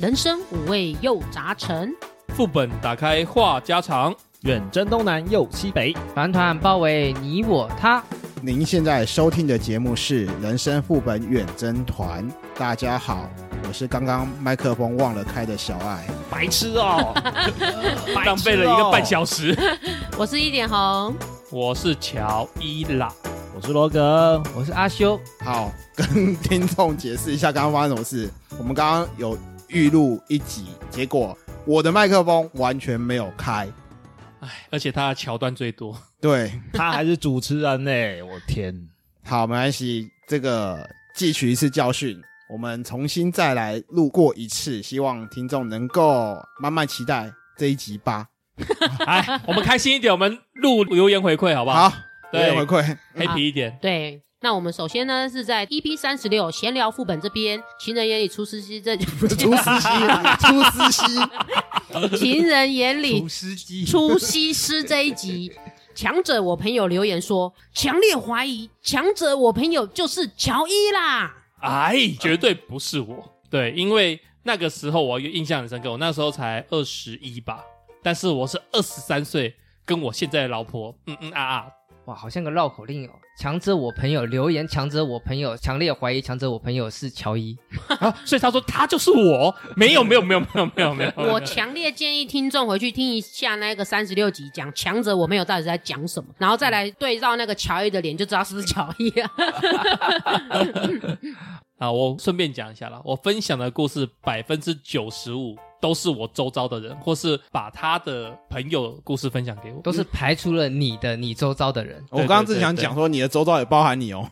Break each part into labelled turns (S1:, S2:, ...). S1: 人生五味又杂陈。
S2: 副本打开话家常，
S3: 远征东南又西北，
S4: 团团包围你我他。
S5: 您现在收听的节目是《人生副本远征团》，大家好，我是刚刚麦克风忘了开的小爱。
S3: 白痴 哦，
S2: 浪费了一个半小时。
S1: 我是一点红，
S2: 我是乔伊拉，
S3: 时。我是罗格，
S4: 我是阿修，
S5: 好，跟听众解释一下刚刚发生什么事。我们刚刚有预录一集，结果我的麦克风完全没有开。
S2: 而且他的桥段最多。
S5: 对，
S3: 他还是主持人呢、我天，
S5: 好，没关系，这个汲取一次教训，我们重新再来录过一次，希望听众能够慢慢期待这一集吧。
S2: 哎，我们开心一点，我们录留言回馈好不好？
S5: 好，
S2: 对
S5: 回馈，
S2: ，happy 一点。
S1: 对，那我们首先呢是在 EP 三十六闲聊副本这边，情人眼里出西施这
S5: 出司西，出司西，
S1: 情人眼里
S2: 司机
S1: 出西施这一集，强者我朋友留言说，强烈怀疑强者我朋友就是乔伊啦。
S2: 哎，绝对不是我。对，因为那个时候我印象很深刻，我那时候才二十一吧，但是我是二十三岁，跟我现在的老婆，嗯嗯啊啊，
S4: 哇，好像个绕口令哦。强者我朋友留言，强者我朋友强烈怀疑强者我朋友是乔伊。
S2: 啊所以他说他就是我，没有没有没有没有没有没有，
S1: 我强烈建议听众回去听一下那个三十六集讲强者我没有到底在讲什么，然后再来对照那个乔伊的脸，就知道是不是乔伊了。
S2: 啊，我顺便讲一下啦，我分享的故事百分之九十五都是我周遭的人，或是把他的朋友故事分享给我。
S4: 都是排除了你的你周遭的人。
S5: 我刚刚只想讲说，你的周遭也包含你哦。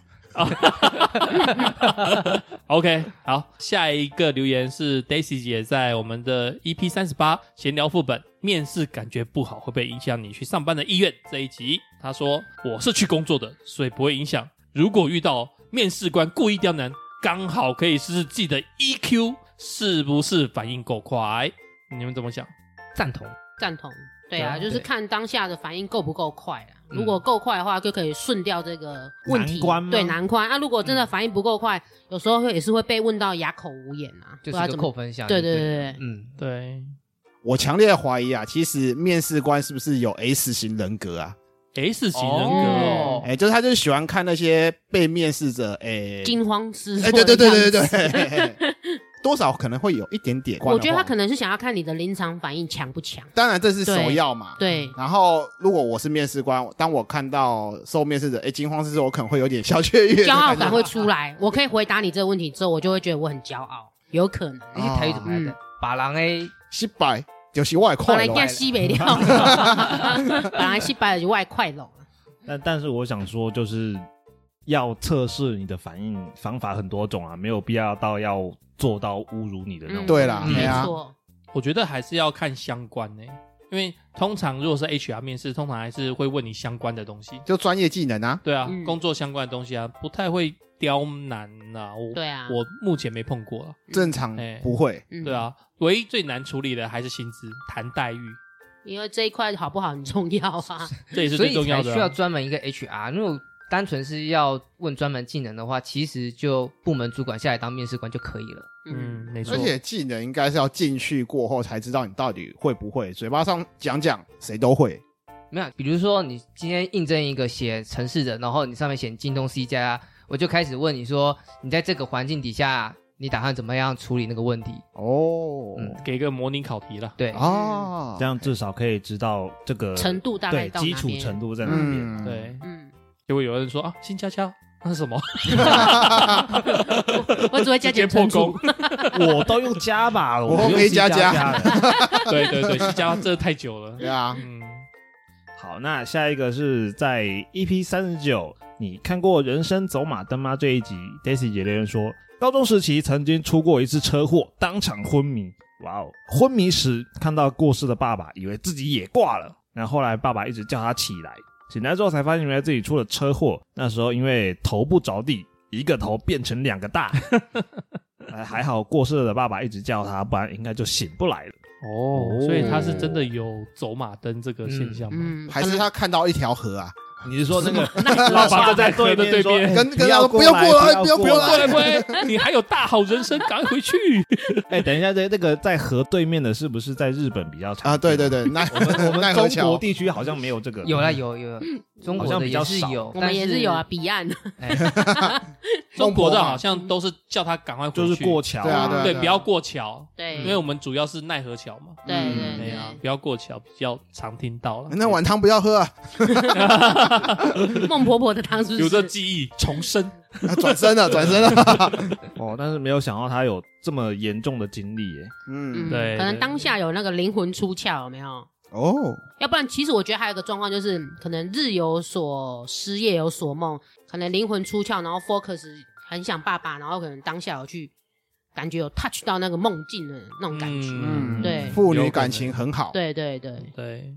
S2: OK，好，下一个留言是 Daisy 姐在我们的 EP 三十八闲聊副本，面试感觉不好会不会影响你去上班的意愿这一集，她说我是去工作的，所以不会影响。如果遇到面试官故意刁难，刚好可以试试自己的 EQ 是不是反应够快。你们怎么想？
S4: 赞同，
S1: 赞同，对啊，
S4: 对
S1: 就是看当下的反应够不够快啦。如果够快的话，就可以顺掉这个问题，
S3: 难关吗
S1: 对难关。啊，如果真的反应不够快，有时候会也是会被问到哑口无言啊，
S4: 就
S1: 不知道
S4: 是个
S1: 怎
S4: 扣
S1: 么。
S4: 分项。
S1: 对
S4: 对
S1: 对对对，
S4: 嗯，
S2: 对
S5: 我强烈怀疑啊，其实面试官是不是有 S 型人格啊？
S2: ，S 型人格哦，
S4: 哦
S5: 哎、，就是他就是喜欢看那些被面试者，哎、
S1: 惊慌失
S5: 哎、
S1: 措。
S5: 对对对对对。对，多少可能会有一点点。
S1: 我觉得他可能是想要看你的临场反应强不强。
S5: 当然这是首要嘛。
S1: 对，
S5: 然后，如果我是面试官，当我看到受面试者哎惊慌失措，我可能会有点小雀跃的
S1: 骄
S5: 感觉，
S1: 傲感会出来。我可以回答你这个问题之后，我就会觉得我很骄傲，有可能。
S4: 那哎些台语怎么来的
S1: 嗯？
S4: 把狼 A
S5: 啊失败，就是外
S1: 本
S5: 快
S1: 来
S5: 了。
S1: 干西北料，本来西北就外快龙。
S3: 但但是我想说，就是要测试你的反应方法很多种啊，没有必要到要做到侮辱你的那种。
S1: 嗯
S5: 对啦
S1: 没
S5: 哎呀
S1: 错，
S2: 我觉得还是要看相关呢、因为通常如果是 HR 面试，通常还是会问你相关的东西。
S5: 就专业技能啊，
S2: 对啊，
S1: 嗯
S2: 工作相关的东西啊，不太会刁难呐、我
S1: 对啊，
S2: 我目前没碰过啊。
S5: 正常
S2: 哎
S5: 不会。
S1: 嗯
S2: 对，啊，唯一最难处理的还是薪资谈待遇，
S1: 因为这一块好不好很重要啊。
S2: 这也是
S4: 所
S2: 最
S4: 以
S2: 重
S4: 才
S2: 要
S4: 需
S2: 的
S4: 要
S2: 啊、
S4: 专门一个 HR。如果单纯是要问专门技能的话，其实就部门主管下来当面试官就可以了。
S1: 嗯，
S2: 嗯，没错
S5: 而。且技能应该是要进去过后才知道你到底会不会，嘴巴上讲讲谁都会，
S4: 没有，比如说你今天应征一个写城市的，然后你上面写京东 C 加，我就开始问你说，你在这个环境底下，你打算怎么样处理那个问题？
S5: 哦，
S4: 嗯
S2: 给个模拟考题了。
S4: 对，
S5: 哦，
S3: 这样至少可以知道这
S2: 嗯
S3: 个
S1: 程度大概
S3: 对
S1: 到
S3: 基
S1: 哪
S3: 础
S1: 边？
S3: 程度在哪边。
S5: 嗯，
S2: 对，
S1: 嗯，
S2: 结果有人说啊，新加加那是什么？
S1: 我只会加
S2: 直接
S1: 减
S2: 破
S1: 乘
S2: 功
S1: 除。。
S3: 我都用加吧，
S5: 我
S3: 不用
S5: 没加加
S3: 加的。
S2: 对对对，新加这太久了。
S5: 对啊，
S2: 嗯，
S3: 好，那下一个是在 EP 三十九，你看过《人生走马灯》吗？这一集，Daisy 姐留言说，高中时期曾经出过一次车祸，当场昏迷。哇哦！昏迷时看到过世的爸爸，以为自己也挂了，然后后来爸爸一直叫他起来，醒来之后才发现原来自己出了车祸。那时候因为头不着地，一个头变成两个大。 哎还还好过世的爸爸一直叫他，不然应该就醒不来了。
S2: 哦，所以他是真的有走马灯这个现象吗？
S1: 嗯，
S5: 还是他看到一条河啊，
S3: 你是说那个
S2: 老爸
S3: 爸在
S2: 对
S3: 面
S2: 对
S3: 说
S2: 面
S3: 哎
S5: 跟跟
S3: 不
S5: 他
S3: 要
S5: 说
S3: 过
S5: 不要
S3: 来
S5: 过来
S3: 不
S5: 不要
S3: 过
S5: 不要
S3: 来
S5: 来
S2: 过来过来，你还有大好人生，赶快回去。
S3: 哎、等一下，这那个在河对面的是不是在日本比较常
S5: 啊，对
S3: 见
S5: 对 对，那
S3: 我们我们
S5: 奈
S3: 中国
S5: 何桥
S3: 地区好像没有这个，
S4: 有啦有有，中
S3: 好
S4: 国
S3: 像
S4: 的
S3: 比较
S4: 也是
S3: 少
S4: 有，
S1: 我
S4: 但
S1: 们也是有啊，彼岸。
S4: 哎
S2: 中国的
S5: 孟婆
S2: 好像都是叫他赶快回去，
S3: 就是过桥，
S5: 对啊对啊
S2: 对，不要过桥，
S1: 对
S2: 因为我们主要是奈何桥嘛。
S1: 对
S5: 嗯
S1: 对
S2: 对啊，
S1: 对
S2: 不要过桥比较常听到了。
S5: 那碗汤不要喝啊，
S1: 孟婆婆的汤是
S2: 有
S1: 不
S2: 着
S1: 是？
S2: 记忆重生，
S5: 啊转身了转身了，
S3: 哦，但是没有想到他有这么严重的经历耶。
S1: 嗯，
S5: 嗯
S2: 对
S1: 可能
S2: 对
S1: 当下有那个灵魂出窍，有没有？
S5: 哦，
S1: 要不然，其实我觉得还有一个状况就是，可能日有所思，夜有所梦，可能灵魂出窍，然后 focus 很想爸爸，然后可能当下有去感觉有 touch 到那个梦境的那种感觉。
S2: 嗯
S5: 嗯，
S1: 对
S5: 父女感情很好，
S1: 对对对，
S2: 对，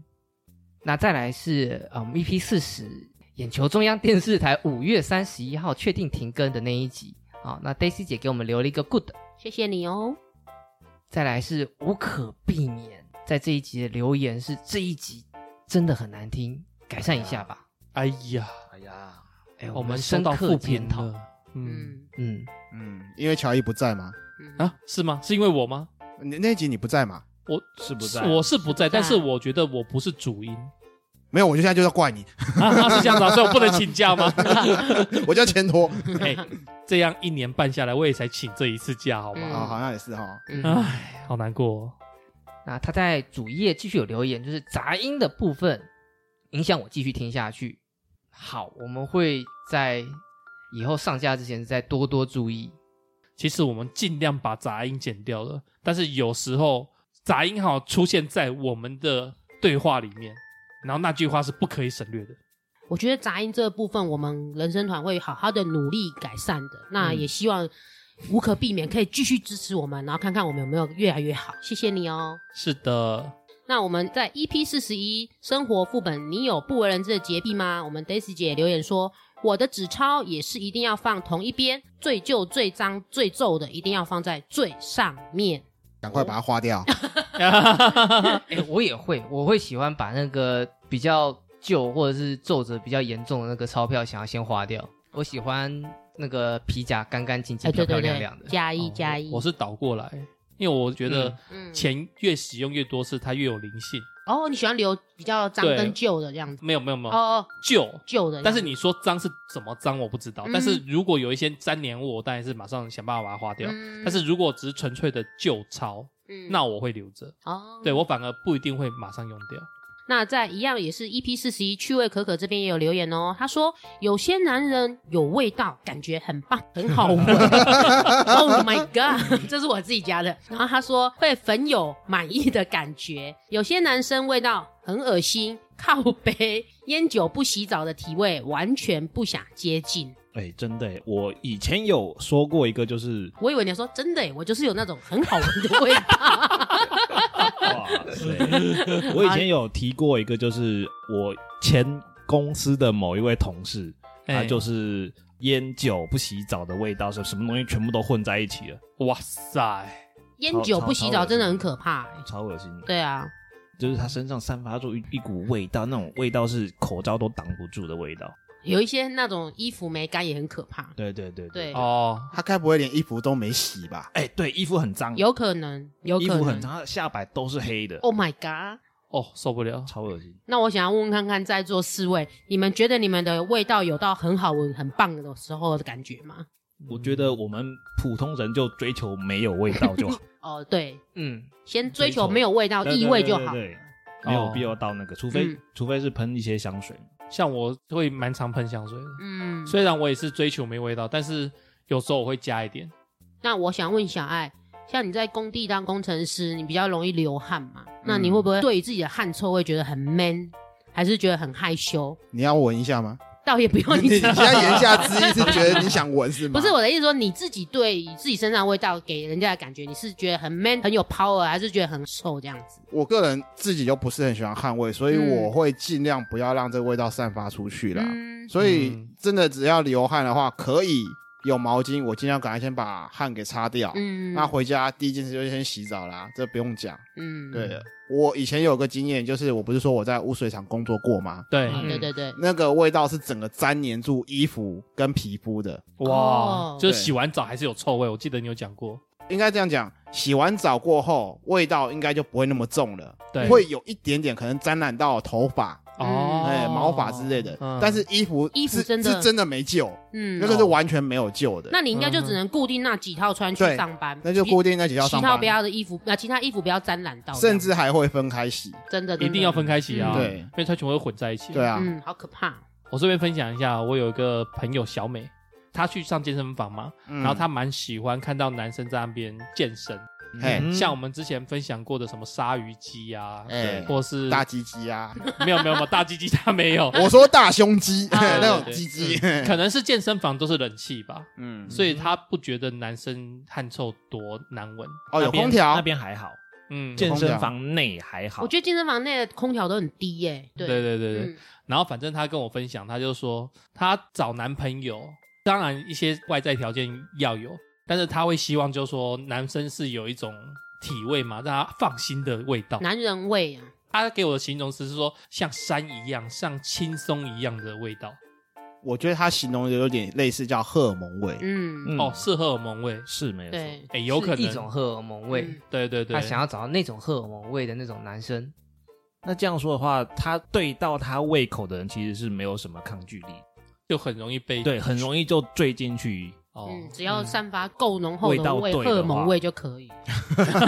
S4: 那再来是呃我们 EP 四十，眼球中央电视台五月三十一号确定停更的那一集啊。那 Daisy 姐给我们留了一个 good，
S1: 谢谢你哦。
S4: 再来是无可避免，在这一集的留言是这一集真的很难听，改善一下吧。
S2: 哎呀，
S3: 哎呀，
S4: 哎，
S2: 我们收
S4: 深
S2: 到
S4: 刻
S2: 负
S4: 检
S2: 评
S4: 讨。
S2: 了。嗯
S1: 嗯
S4: 嗯，
S5: 嗯，因为乔伊不在嘛，
S1: 嗯
S2: 啊，是吗？是因为我吗？
S5: 你那集你不在嘛，
S2: 我
S3: 是啊不在？
S2: 我是不
S1: 不
S2: 在，
S1: 在
S2: 但是我觉得我不是主因
S5: 没有，我就现在就要怪你，
S2: 啊，啊是这样子啊，所以我不能请假吗？
S5: 我就要牵拖，
S2: 哎，这样一年半下来，我也才请这一次假，好吗？
S1: 嗯
S5: 啊，好像也是哈，
S1: 嗯，
S2: 唉，好难过哦。
S4: 那他在主页继续有留言，就是杂音的部分影响我继续听下去。好，我们会在以后上架之前再多多注意。
S2: 其实我们尽量把杂音剪掉了，但是有时候杂音好出现在我们的对话里面，然后那句话是不可以省略的。
S1: 我觉得杂音这部分，我们人生团会好好的努力改善的。那也希望无可避免可以继续支持我们，然后看看我们有没有越来越好。谢谢你哦。
S2: 是的，
S1: 那我们在 EP 四十一生活副本，你有不为人知的洁癖吗？我们 Daisy 姐留言说，我的纸钞也是一定要放同一边，最旧、最脏、最皱的一定要放在最上面。
S5: 赶快把它花掉，
S2: 哦
S4: 哎、我也会，我会喜欢把那个比较旧或者是皱褶比较严重的那个钞票，想要先花掉。我喜欢那个皮夹干干净净、
S1: 哎，对
S4: 漂漂
S1: 对
S4: 亮
S1: 对
S4: 亮，的。
S1: 加一
S2: 哦
S1: 加一
S2: 我，我是倒过来，因为我觉得
S1: 嗯，
S2: 钱越使用越多次，它越有灵性。
S1: 哦，你喜欢留比较脏
S2: 对
S1: 跟旧的这样子，
S2: 没有没有没
S1: 哦
S2: 有
S1: 哦，
S2: 旧，
S1: 旧的这样子，
S2: 但是你说脏是怎么脏我不知道，
S1: 嗯
S2: 但是如果有一些粘连物，我当然是马上想办法把它花掉。
S1: 嗯
S2: 但是如果只是纯粹的旧钞，
S1: 嗯
S2: 那我会留着，
S1: 哦，
S2: 对我反而不一定会马上用掉。
S1: 那在一样也是 EP 四十一趣味可可这边也有留言哦，他说有些男人有味道，感觉很棒，很好闻。oh my god，这是我自己加的。然后他说会很有满意的感觉，有些男生味道很恶心，靠背烟酒不洗澡的体味，完全不想接近。
S3: 哎、真的耶，我以前有说过一个，就是
S1: 我以为你要说真的耶，欸我就是有那种很好闻的味道。
S3: 哇塞，我以前有提过一个，就是我前公司的某一位同事，他
S2: 哎
S3: 就是烟酒不洗澡的味道，什什么东西全部都混在一起了，
S2: 哇塞，
S1: 烟酒不洗澡真的很可怕耶。
S3: 超恶心的。
S1: 对啊，
S3: 就是他身上散发出一一股味道，那种味道是口罩都挡不住的味道。
S1: 有一些那种衣服没干也很可怕。
S3: 对对对
S1: 对，
S2: 哦，
S5: 他该不会连衣服都没洗吧？
S3: 哎、对，衣服很脏，
S1: 有可能，有
S3: 衣
S1: 可
S3: 服很
S1: 能。
S3: 脏，他的下摆都是黑的，
S1: Oh my god！
S2: 哦，受不了，
S3: 超恶心。
S1: 那我想要问问看看，在座四位，你们觉得你们的味道有到很好闻、很棒的时候的感觉吗？
S3: 我觉得我们普通人就追求没有味道就好，
S1: 哦，对，
S4: 嗯，
S1: 先追求没有味道、
S3: 对对
S1: 异味 就好。
S3: 对对对没有必要到那个，除非、
S1: 嗯
S3: 除非是喷一些香水。
S2: 像我会蛮常喷香水的，
S1: 嗯，
S2: 虽然我也是追求没味道，但是有时候我会加一点。
S1: 那我想问小爱，像你在工地当工程师，你比较容易流汗嘛？那你会
S3: 嗯
S1: 不会对于自己的汗臭会觉得很 man，还是觉得很害羞？
S5: 你要闻一下吗？
S1: 倒也不用你
S5: 你
S1: 自己
S5: 现在言下之意是觉得你想闻是
S1: 不
S5: 吗？
S1: 是我的意思说，你自己对自己身上的味道给人家的感觉，你是觉得很 man 很有 power，还是觉得很臭这样子？
S5: 我个人自己就不是很喜欢汗味，所以
S1: 嗯
S5: 我会尽量
S3: 啊
S5: 不要让这个味道散发出去啦。
S1: 嗯，
S5: 所以
S2: 嗯
S5: 真的只要流汗的话，可以有毛巾，我尽量赶快先把汗给擦掉。
S1: 嗯，
S5: 那回家第一件事就是先洗澡啦，这不用讲。
S1: 嗯，
S5: 对，我以前有个经验，就是我不是说我在污水厂工作过吗？
S2: 对，
S1: 啊对对对，
S5: 那个味道是整个粘黏住衣服跟皮肤的。
S2: 嗯哇
S1: 哦，
S2: 就是洗完澡还是有臭味，我记得你有讲过，
S5: 应该这样讲，洗完澡过后，味道应该就不会那么重了，
S2: 对，
S5: 会有一点点可能沾染到头发、
S2: 哦，
S5: 哎、毛发之类的，
S2: 嗯
S5: 但是衣服
S1: 衣服
S5: 是
S1: 真的
S5: 是真的没救，
S1: 嗯，
S5: 那个是完全没有救的。
S1: 那你应该就只能固定那几套穿去
S5: 对
S1: 上班，
S5: 那就
S1: 其
S5: 固定那几条
S1: 其
S5: 上
S1: 他
S5: 班
S1: 不，要的衣服，那其他衣服不要沾染到，
S5: 甚至还会分开洗。
S1: 这样真的
S2: 一定要分，开洗啊，
S1: 嗯
S5: 对
S2: 因为它全部会混在一起。
S5: 对啊，
S1: 真的嗯，好可怕，
S2: 我这边分享一下，我有一个朋友小美，她去上健身房嘛，
S5: 嗯
S2: 然后她蛮喜欢看到男生在那边健身，
S5: 嘿
S3: 嗯
S2: 像我们之前分享过的什么鲨鱼肌啊，
S5: 哎
S2: 或是
S5: 大鸡鸡啊，
S2: 没有没有没有大鸡鸡，她没
S5: ，
S2: 有
S5: 我说大胸 肌
S1: 啊对
S5: 那
S2: 对嗯
S5: 种鸡鸡，
S2: 可能是健身房都是冷气吧，
S5: 嗯，
S2: 所以她不觉得男生汗臭多难闻。
S5: 哦有
S3: 那边
S5: 空调
S3: 那，边还好，
S2: 嗯，
S3: 健
S5: 空
S3: 身
S5: 调
S3: 房内还好
S1: 我。觉得健身房内的空调都很低耶，
S2: 对对对对，
S1: 嗯
S2: 然后反正她跟我分享，她就说她找男朋友，当然一些外在条件要有，但是她会希望就是说男生是有一种体味嘛，让她放心的味道。
S1: 男人味啊，
S2: 她给我的形容词是说像山一样，像轻松一样的味道，
S5: 我觉得他形容的有点类似叫荷尔蒙 味，
S1: 嗯，
S3: 嗯
S2: 哦，是荷尔蒙味，
S3: 是没有错。
S1: 对，
S2: 哎，有可能
S4: 是一种荷尔蒙味。
S1: 嗯
S2: 对对对，
S4: 他想要找到那种荷尔蒙味的那种男生，
S3: 那这样说的话，他对到他胃口的人其实是没有什么抗拒力，
S2: 就很容易被
S3: 对，很容易就坠进去。
S2: 哦，
S1: 嗯，只要散发够浓厚
S3: 味道
S1: 的味
S3: 对的
S1: 荷尔
S3: 话
S1: 蒙味就可
S5: 哦
S1: 以。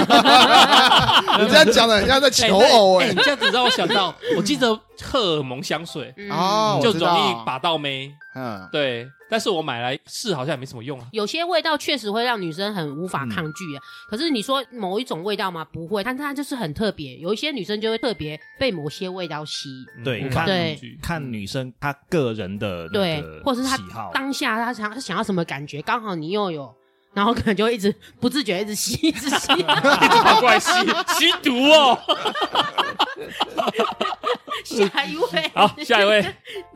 S5: 你这样讲的，很像在
S2: 哎
S5: 求偶
S2: 哎
S5: 哎
S2: 你。这样子让我想到，我记得荷尔蒙香水
S1: 嗯
S5: 哦，
S2: 就
S5: 我知
S2: 容易
S5: 道
S2: 把到妹，
S5: 嗯，
S2: 对，但是我买来试好像也没什么用啊。
S1: 有些味道确实会让女生很无法抗拒、啊可是你说某一种味道吗？不会，但它就是很特别。有一些女生就会特别被某些味道吸引，
S2: 嗯
S3: 对
S2: 无法
S1: 对
S2: 抗拒
S3: 看女生她个人的那
S1: 对
S3: 个，
S1: 或者是她
S3: 喜好，
S1: 当下她想她想要什么感觉，刚好你又有，然后可能就会一直不自觉一直吸，一直吸。
S2: 一直跑过来吸吸毒哦。
S1: 下一位，
S2: 好，下一位，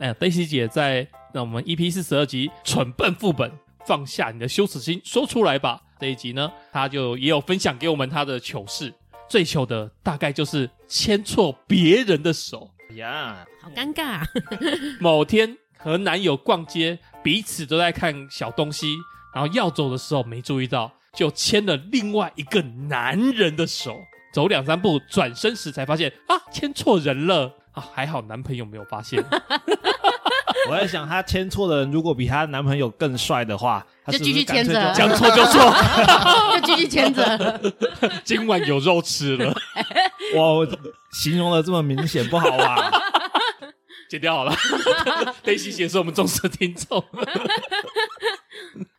S2: 哎呀，d a i s y 姐在那我们 EP 四十二集《蠢笨副本》，放下你的羞耻心，说出来吧。这一集呢，她就也有分享给我们她的糗事，最糗的大概就是牵错别人的手。
S3: 呀，
S1: 好尴尬、啊
S2: 某天和男友逛街，彼此都在看小东西，然后要走的时候没注意到，就牵了另外一个男人的手，走两三步，转身时才发现啊，牵错人了啊！还好男朋友没有发现，
S3: 我在想，她牵错的人如果比她男朋友更帅的话，她
S1: 就是
S3: 不是
S1: 继续
S3: 干脆
S1: 牵着
S3: 就
S2: 讲错就错，
S1: 就继续牵着。
S2: 今晚有肉吃了，
S3: 我形容的这么明显不好啊。
S2: 剪掉好了。 雷西姐是我们忠实听众，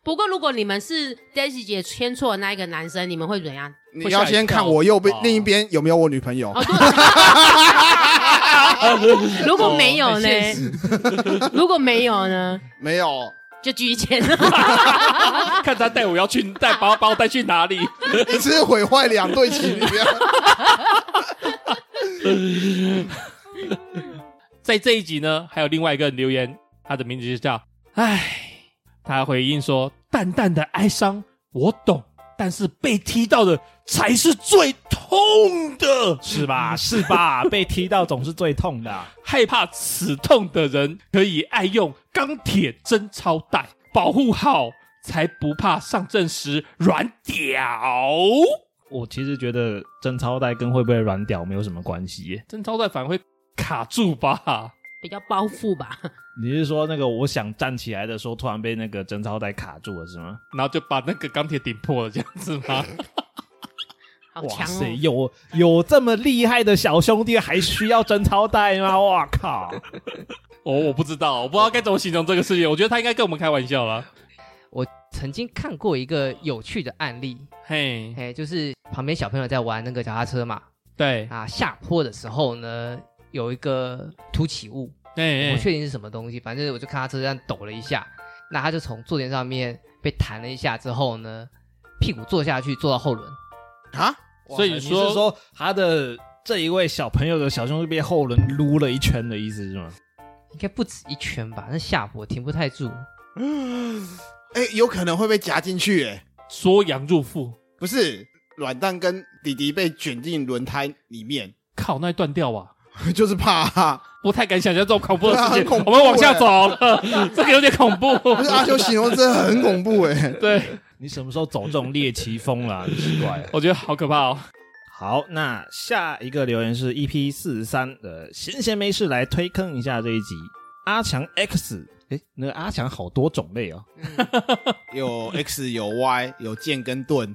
S1: 不过如果你们是 Daisy 姐牵错的那一个男生，你们会怎样？
S5: 你要先看我右边另一哦边有没有我女朋友。
S1: 哦，对如果没有呢？如果没有呢？
S5: 没有，
S1: 就继续牵。
S2: 看他带我要去带把把我带去哪里。
S5: 你是毁坏两对情侣。
S2: 在这一集呢，还有另外一个人留言，他的名字就叫“唉”，他回应说：“淡淡的哀伤，我懂，但是被踢到的才是最痛的，
S3: 是吧？是吧？被踢到总是最痛的啊、
S2: 害怕此痛的人可以爱用钢铁贞操带保护好，才不怕上阵时软屌。
S3: 我其实觉得贞操带跟会不会软屌没有什么关系耶。
S2: 贞操带反而会卡住吧？
S1: 比较包覆吧。
S3: 你是说那个我想站起来的时候，突然被那个贞操带卡住了，是吗？
S2: 然后就把那个钢铁顶破了，这样子吗？
S1: 好
S3: 哇
S1: 强
S3: 塞，
S1: 哦！
S3: 有有这么厉害的小兄弟，还需要贞操带吗？哇靠！
S2: 我我不知道，我不知道该怎么形容这个事情。我觉得他应该跟我们开玩笑啦。
S4: 我曾经看过一个有趣的案例，
S2: 嘿，
S4: 哎，就是旁边小朋友在玩那个脚踏车嘛，
S2: 对，
S4: 啊，下坡的时候呢，有一个凸起物，我
S2: 哎
S4: 不确定是什么东西，反正我就看他车这样抖了一下，那他就从坐垫上面被弹了一下之后呢，屁股坐下去坐到后轮，
S5: 啊，
S2: 所以
S3: 你
S2: 你
S3: 是
S2: 说
S3: 说他的这一位小朋友的小兄弟被后轮撸了一圈的意思是吗？
S4: 应该不止一圈吧，那下坡停不太住，
S5: 哎、有可能会被夹进去、哎，
S2: 缩阳入腹，
S5: 不是软蛋跟弟弟被卷进轮胎里面，
S2: 靠，那断掉啊！
S5: 就是怕、 啊。
S2: 不太敢想象这种恐怖的事情。
S5: 对啊很恐
S2: 我
S5: 怖
S2: 们往下走了， 这个有点恐怖。
S5: 不是阿修形容真的很恐怖哎、
S2: 对，
S3: 你什么时候走这种猎奇风啦？很奇怪。啊
S2: 我觉得好可怕哦。
S3: 好，那下一个留言是 EP 四十三的闲闲没事来推坑一下这一集阿强 X。哎，那个阿强好多种类哦，
S5: 有 X 有 Y 有剑跟盾，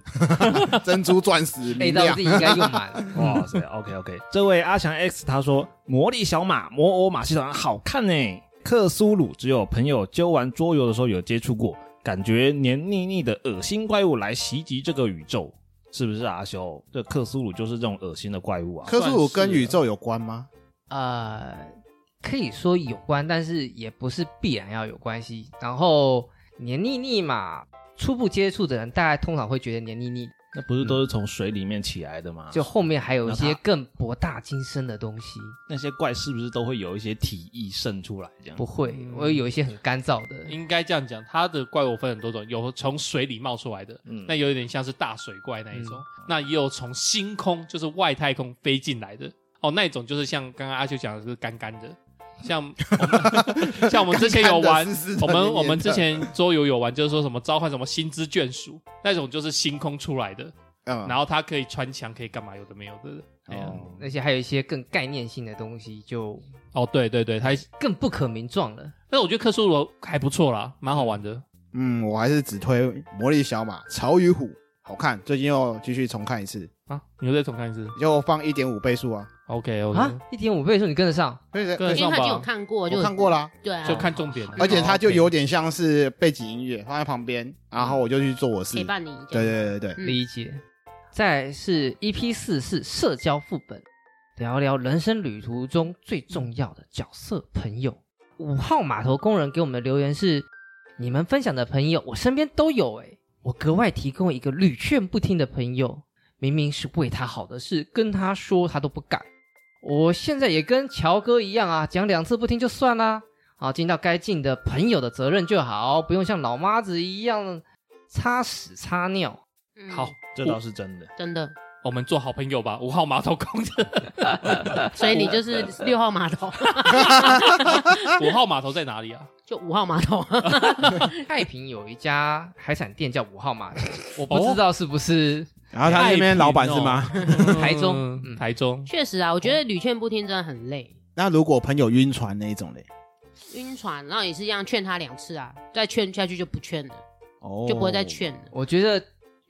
S5: 珍珠钻石
S4: 背
S5: 明
S4: 到 哎
S5: 亮
S4: 哦自己。应该用满了。
S3: 哇塞，OK OK，这位阿强 X 他说《魔力小马魔偶马戏团》好看呢、克苏鲁只有朋友揪完桌游的时候有接触过，感觉黏腻腻的恶心怪物来袭击这个宇宙，是不是阿修？这克苏鲁就是这种恶心的怪物啊！
S5: 科苏鲁跟宇宙有关吗？
S4: 呃，可以说有关，但是也不是必然要有关系。然后黏腻腻嘛，初步接触的人大概通常会觉得黏腻腻，
S3: 那不是都是从水里面起来的吗？
S4: 就后面还有一
S3: 啊那
S4: 些
S3: 他嗯
S4: 更博大精深的东西。
S3: 那些怪是不是都会有一些体液渗出来？这样
S4: 不会，我有一些很干燥的，
S2: 应该这样讲，它的怪物分很多种，有从水里冒出来的，
S3: 嗯
S2: 那有点像是大水怪那一
S5: 嗯
S2: 种，那也有从星空，就是外太空飞进来的。哦，那一种就是像刚刚阿修讲的是干干的，像我们 像我们之前有玩
S5: 干干的湿湿，的
S2: 我们
S5: 黏
S2: 我们
S5: 黏
S2: 之
S5: 的
S2: 前桌游有玩，就是说什么召唤什么星之眷属那种，就是星空出来的，
S5: 嗯
S2: 然，后它可以穿墙，可以干嘛，有的没有的。哎呀
S3: 哦，
S4: 而且还有一些更概念性的东西，就
S2: 哦，对对对，它
S4: 更不可名状了。
S2: 但我觉得克苏鲁还不错啦，蛮好玩的。
S5: 嗯，我还是只推《魔力小马》《潮与虎》，好看，最近又继续重看一次，
S2: 啊，你又再重看一次
S5: 就放一点五倍速啊，
S2: ？OK
S3: 哦
S2: OK，、
S4: 啊，一点五倍速你跟得上？
S5: 所以
S2: 个人
S1: 因为他已经有
S2: 上吧
S1: 看过，
S5: 我
S1: 就
S5: 看过啦，
S1: 对啊，
S2: 就看重点了。
S5: 而且它就
S2: OK
S5: 有点像是背景音乐放在旁边，然后我就去做我事
S1: 陪。伴你。
S5: 对对对对对，
S1: 嗯
S4: 理解。再来是 EP 四是社交副本，聊聊人生旅途中最重要的角色朋友。五号码头工人给我们的留言是：你们分享的朋友，我身边都有诶、我格外提供一个屡劝不听的朋友，明明是为他好的事，跟他说他都不敢。我现在也跟乔哥一样啊，讲两次不听就算啦、啊，尽到该尽的朋友的责任就好，不用像老妈子一样擦屎擦尿。
S1: 对
S2: 好，，
S3: 这倒是真的。
S1: 嗯真的。
S2: 我们做好朋友吧。五号码头工人，
S1: 所以你就是六号码头，
S2: 五号码头在哪里啊？
S1: 就五号码头。
S4: 太平有一家海产店叫五号 码头，我不知道是不是
S2: 哦
S5: 然后他那边老板是吗？
S4: 台中
S2: 嗯
S4: 嗯
S2: 台中
S1: 确实啊，我觉得屡劝不听真的很累，
S5: 那如果朋友晕船那一种嘞，
S1: 晕船，然后也是一样劝他两次啊，再劝下去就不劝了，
S5: 哦
S1: 就不会再。劝了。
S4: 我觉得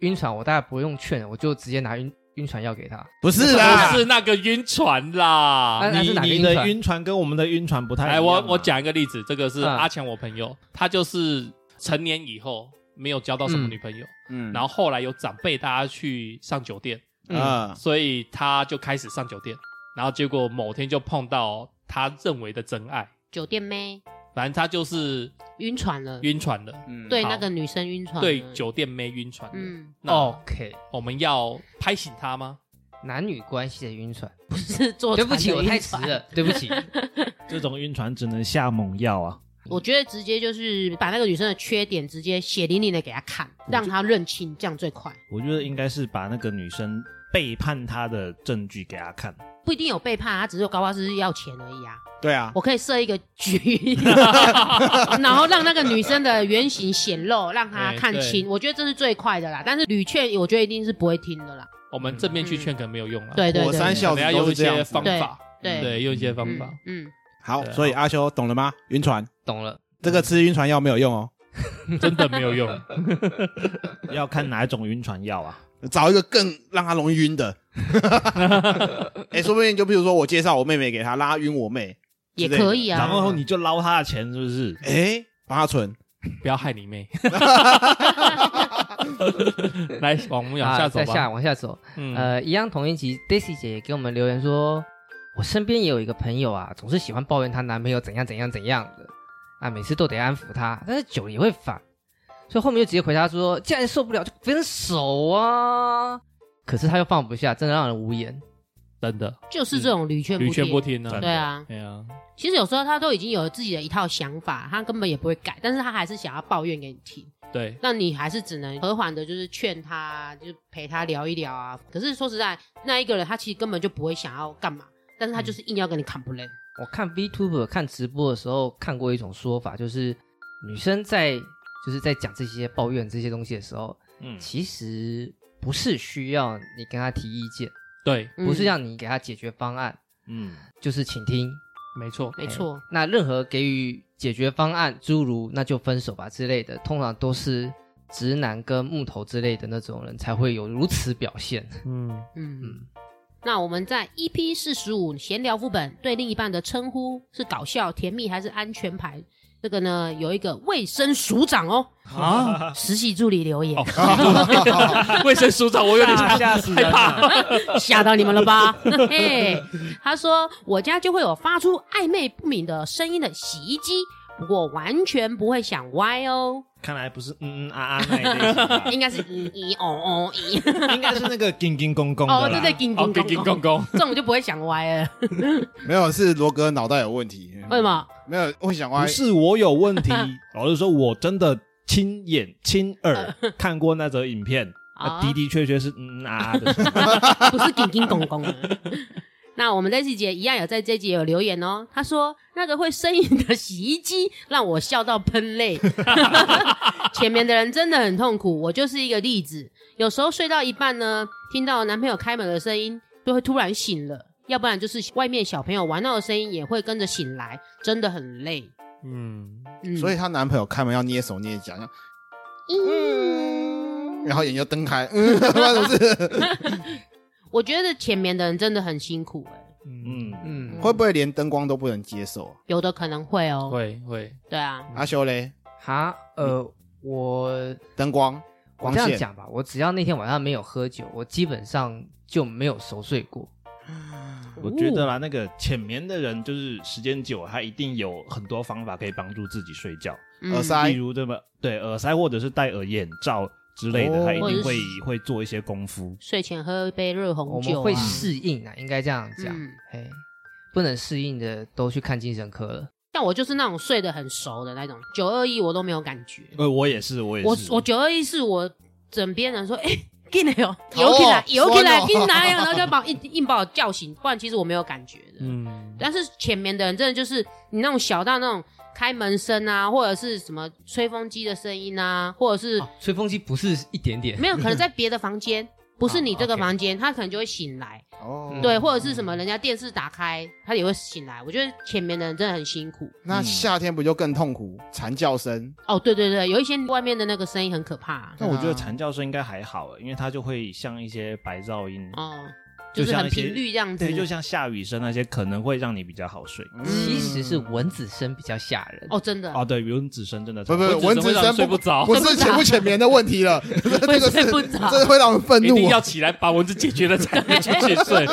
S4: 晕船，我大概不用劝，我就直接拿晕晕船药给他。
S5: 不是啦，
S2: 不是那个晕船啦
S4: 那。那
S3: 你
S4: 是哪个
S3: 你
S4: 晕
S3: 的
S4: 船？哎
S3: 晕船跟我们的晕船不太一样
S2: 来，
S3: 啊
S2: 我我，讲一个例子，这个是
S4: 嗯
S2: 阿强我朋友，他就是成年以后没有交到什么
S4: 嗯
S2: 女朋友，
S5: 嗯
S2: 然后后来有长辈大家去上酒店，
S5: 啊，
S2: 所以他就开始上酒店，然后结果某天就碰到他认为的真爱，
S1: 酒店妹
S2: 反正他就是
S1: 晕船了，
S2: 晕船了，
S5: 嗯
S1: 对
S2: 好
S1: 那个女生晕船了，
S2: 对酒店妹晕船了。
S1: 嗯，
S2: 那
S4: OK，
S2: 我们要拍醒他吗？
S4: 男女关系的晕船。
S1: 不是
S2: 哦
S1: 坐
S4: 对
S1: 船
S4: 不起，
S1: 的
S4: 我
S1: 晕
S4: 太迟
S1: 船。
S4: 了，对不起。
S3: 这种晕船只能下猛药啊。
S1: 我觉得直接就是把那个女生的缺点直接血淋淋的给她看，让她认清，这样最快。
S3: 我觉得应该是把那个女生背叛他的证据给他看。
S1: 不一定有背叛啊，她只是搞不好是要钱而已啊。
S5: 对啊，
S1: 我可以设一个局，然后让那个女生的原型显露，让她看清。我觉得这是最快的啦。但是屡劝，我觉得一定是不会听的啦。
S2: 我们正面去劝可能没有用了，啊
S1: 对对
S5: 火山
S1: 对，
S5: 小
S2: 可
S5: 子
S2: 能要
S5: 都
S2: 用
S5: 是
S2: 一
S5: 这
S2: 些
S5: 样子
S2: 方法，
S1: 对
S2: 对，用一些方
S1: 嗯
S2: 法。
S1: 嗯，
S5: 好，
S2: 对啊
S5: 所以阿修懂了吗？晕船
S4: 懂了，
S5: 这个吃晕船药没有用哦，
S2: 真的没有用。
S3: 要看哪一种晕船药啊？
S5: 找一个更让他容易晕的。 哎，说不定就比如说我介绍我妹妹给他，让他晕我妹，
S1: 也可以
S3: 然
S1: 啊。
S3: 后你就捞他的钱，是不是？
S5: 哎，帮他存。
S2: 不要害你妹。来，往我们往
S4: 啊
S2: 下走
S4: 再
S2: 吧。
S4: 下往下走。
S2: 嗯，
S4: 呃，一样同一集，Daisy 姐也给我们留言说，我身边也有一个朋友啊，总是喜欢抱怨她男朋友怎样怎样怎样的，啊，每次都得安抚她，但是久了也会烦，所以后面就直接回答说，既然受不了就分手啊。可是她又放不下，真的让人无言。
S2: 真的
S1: 就是这种屡劝
S2: 屡
S1: 不
S2: 劝不
S1: 听。
S2: 听呢
S3: 真。的
S1: 对啊，
S2: 对啊，
S1: 其实有时候他都已经有自己的一套想法，他根本也不会改，但是他还是想要抱怨给你听。
S2: 对，
S1: 那你还是只能和缓的，就是劝他，就陪他聊一聊啊。可是说实在，那一个人他其实根本就不会想要干嘛，但是他就是硬要跟你 complain。
S4: 我看 VTuber 看直播的时候，看过一种说法，就是女生在就是在讲这些抱怨这些东西的时候，
S3: 嗯，
S4: 其实不是需要你跟她提意见，
S2: 对，
S1: 嗯
S4: 不是让你给她解决方案，
S3: 嗯，
S4: 就是倾听。
S2: 没错，
S1: 没错，
S4: 那任何给予解决方案，诸如那就分手吧之类的，通常都是直男跟木头之类的那种人才会有如此表现。
S2: 嗯，
S1: 嗯
S4: 嗯。
S1: 那我们在 EP 四十五闲聊副本对另一半的称呼是搞笑、甜蜜还是安全牌？这个呢，有一个卫生署长哦，
S2: 啊，
S1: 实习助理留言，
S2: 卫生署长，我有点
S3: 啊
S4: 吓吓 死人 了！
S1: 吓到你们了吧？ 嘿，他说我家就会有发出暧昧不明的声音的洗衣机，不过完全不会想歪 哦，
S3: 看来不是嗯嗯啊啊那一类型吧
S1: 应该是咦咦哦哦咦，
S3: 应该是那个叮叮咣咣的啦
S1: 哦对对，，叮
S2: 哦，
S1: 叮
S2: 给
S1: 叮
S2: 给
S1: 咚
S2: 公，公，
S1: 这种就不会想歪了。
S5: 没有，是罗哥脑袋有问题。
S1: 为什？么？
S5: 没有，我想歪
S3: 不。是我有问题，老实说，我真的亲眼亲耳看过那则影片，
S1: 啊
S3: 那的的确确是嗯嗯啊啊的声音。
S1: 不是叮叮咚咚的。 那我们 Daisy 姐一样有在这集有留言哦，她说那个会呻吟的洗衣机让我笑到喷泪。 前面的人真的很痛苦，我就是一个例子。有时候睡到一半呢，听到男朋友开门的声音，就会突然醒了；要不然就是外面小朋友玩闹的声音也会跟着醒来，真的很累。
S2: 嗯，
S1: 嗯，
S5: 所以她男朋友开门要捏手捏脚，
S1: 嗯
S5: 然后眼睛瞪开，嗯，发生什么事？
S1: 我觉得前面的人真的很辛苦、欸，
S3: 嗯，
S4: 嗯，
S5: 会不会连灯光都不能接受？
S1: 有的可能会哦、
S2: 会会，
S1: 对啊，
S5: 阿修嘞，
S4: 哈，呃，我
S5: 灯光
S4: 我
S5: 光
S4: 这样
S5: 线
S4: 讲吧，我只要那天晚上没有喝酒，我基本上就没有熟睡过。
S3: 我觉得啦，那个浅眠的人就是时间久，他一定有很多方法可以帮助自己睡觉，
S1: 嗯
S5: 耳塞
S3: 例如这么对耳塞或者是戴耳眼罩之类
S5: 哦
S3: 的，他一
S1: 或者是
S3: 定会会做一些功夫。
S1: 睡前喝一杯热
S4: 我
S1: 红酒、啊，
S4: 们会适应啊，应该这样讲。
S1: 嗯
S4: 哎、不能适应的都去看精神科了。
S1: 像我就是那种睡得很熟的那种，九二一我都没有感觉。
S3: 呃，我也是，我也
S1: 我
S3: 是，
S1: 我九二一是我枕边人说，哎、进来哦，
S5: 头
S1: 游起来
S5: 哦，
S1: 游起来，
S5: 酸哦
S1: 进来呀，然后就把我硬 硬把我叫醒，不然其实我没有感觉的。
S2: 嗯，
S1: 但是前面的人真的就是你那种小到那种开门声啊，或者是什么吹风机的声音啊，或者是、
S4: 哦吹风机不是一点点，
S1: 没有可能在别的房间，不是你这个
S4: 哦，OK
S1: 房间，他可能就会醒来。
S5: 哦
S4: 嗯
S1: 对，或者是什么人家电视打开，他也会醒来。我觉得前面的人真的很辛苦。
S2: 嗯
S5: 那夏天不就更痛苦？蝉叫声，
S1: 哦，对对对，有一些外面的那个声音很可怕、
S3: 但我觉
S5: 对啊
S3: 得蝉叫声应该还好，欸因为它就会像一些白噪音，
S1: 哦，就是
S3: 就像
S1: 很
S3: 一些
S1: 频率这样子。
S3: 对，就像下雨声那些可能会让你比较好睡。
S1: 嗯
S4: 其实是蚊子声比较吓人。
S1: 哦，真的，
S3: 哦，对，蚊子声真的
S5: 不不
S3: 超
S5: 蚊子
S2: 哦会让人
S5: 声
S2: 睡不着，
S5: 不是浅不浅眠的问题了，这
S1: 会
S5: 个
S1: 睡
S5: 是
S1: 不着。
S5: 这会让人愤
S2: 一
S5: 怒
S2: 定
S5: 啊。
S2: 要起来把蚊子解决了才能继续睡。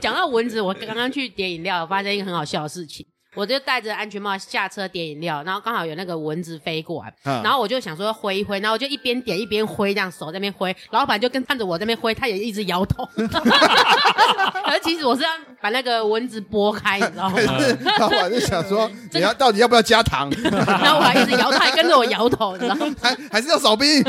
S1: 讲到蚊子，我刚刚去点饮料，发生一个很好笑的事情。我就戴着安全帽下车点饮料，然后刚好有那个蚊子飞过来，
S5: 嗯
S1: 然后我就想说挥一挥，然后我就一边点一边挥，这样手在那边挥，老板就跟看着我在那边挥，他也一直摇头。 而其实我是要把那个蚊子拨开，你知道吗？
S5: 老板就想说，你要到底要不要加糖，
S1: 然后我还一直摇，他还跟着我摇头，你知道吗？
S5: 还还是要 扫冰？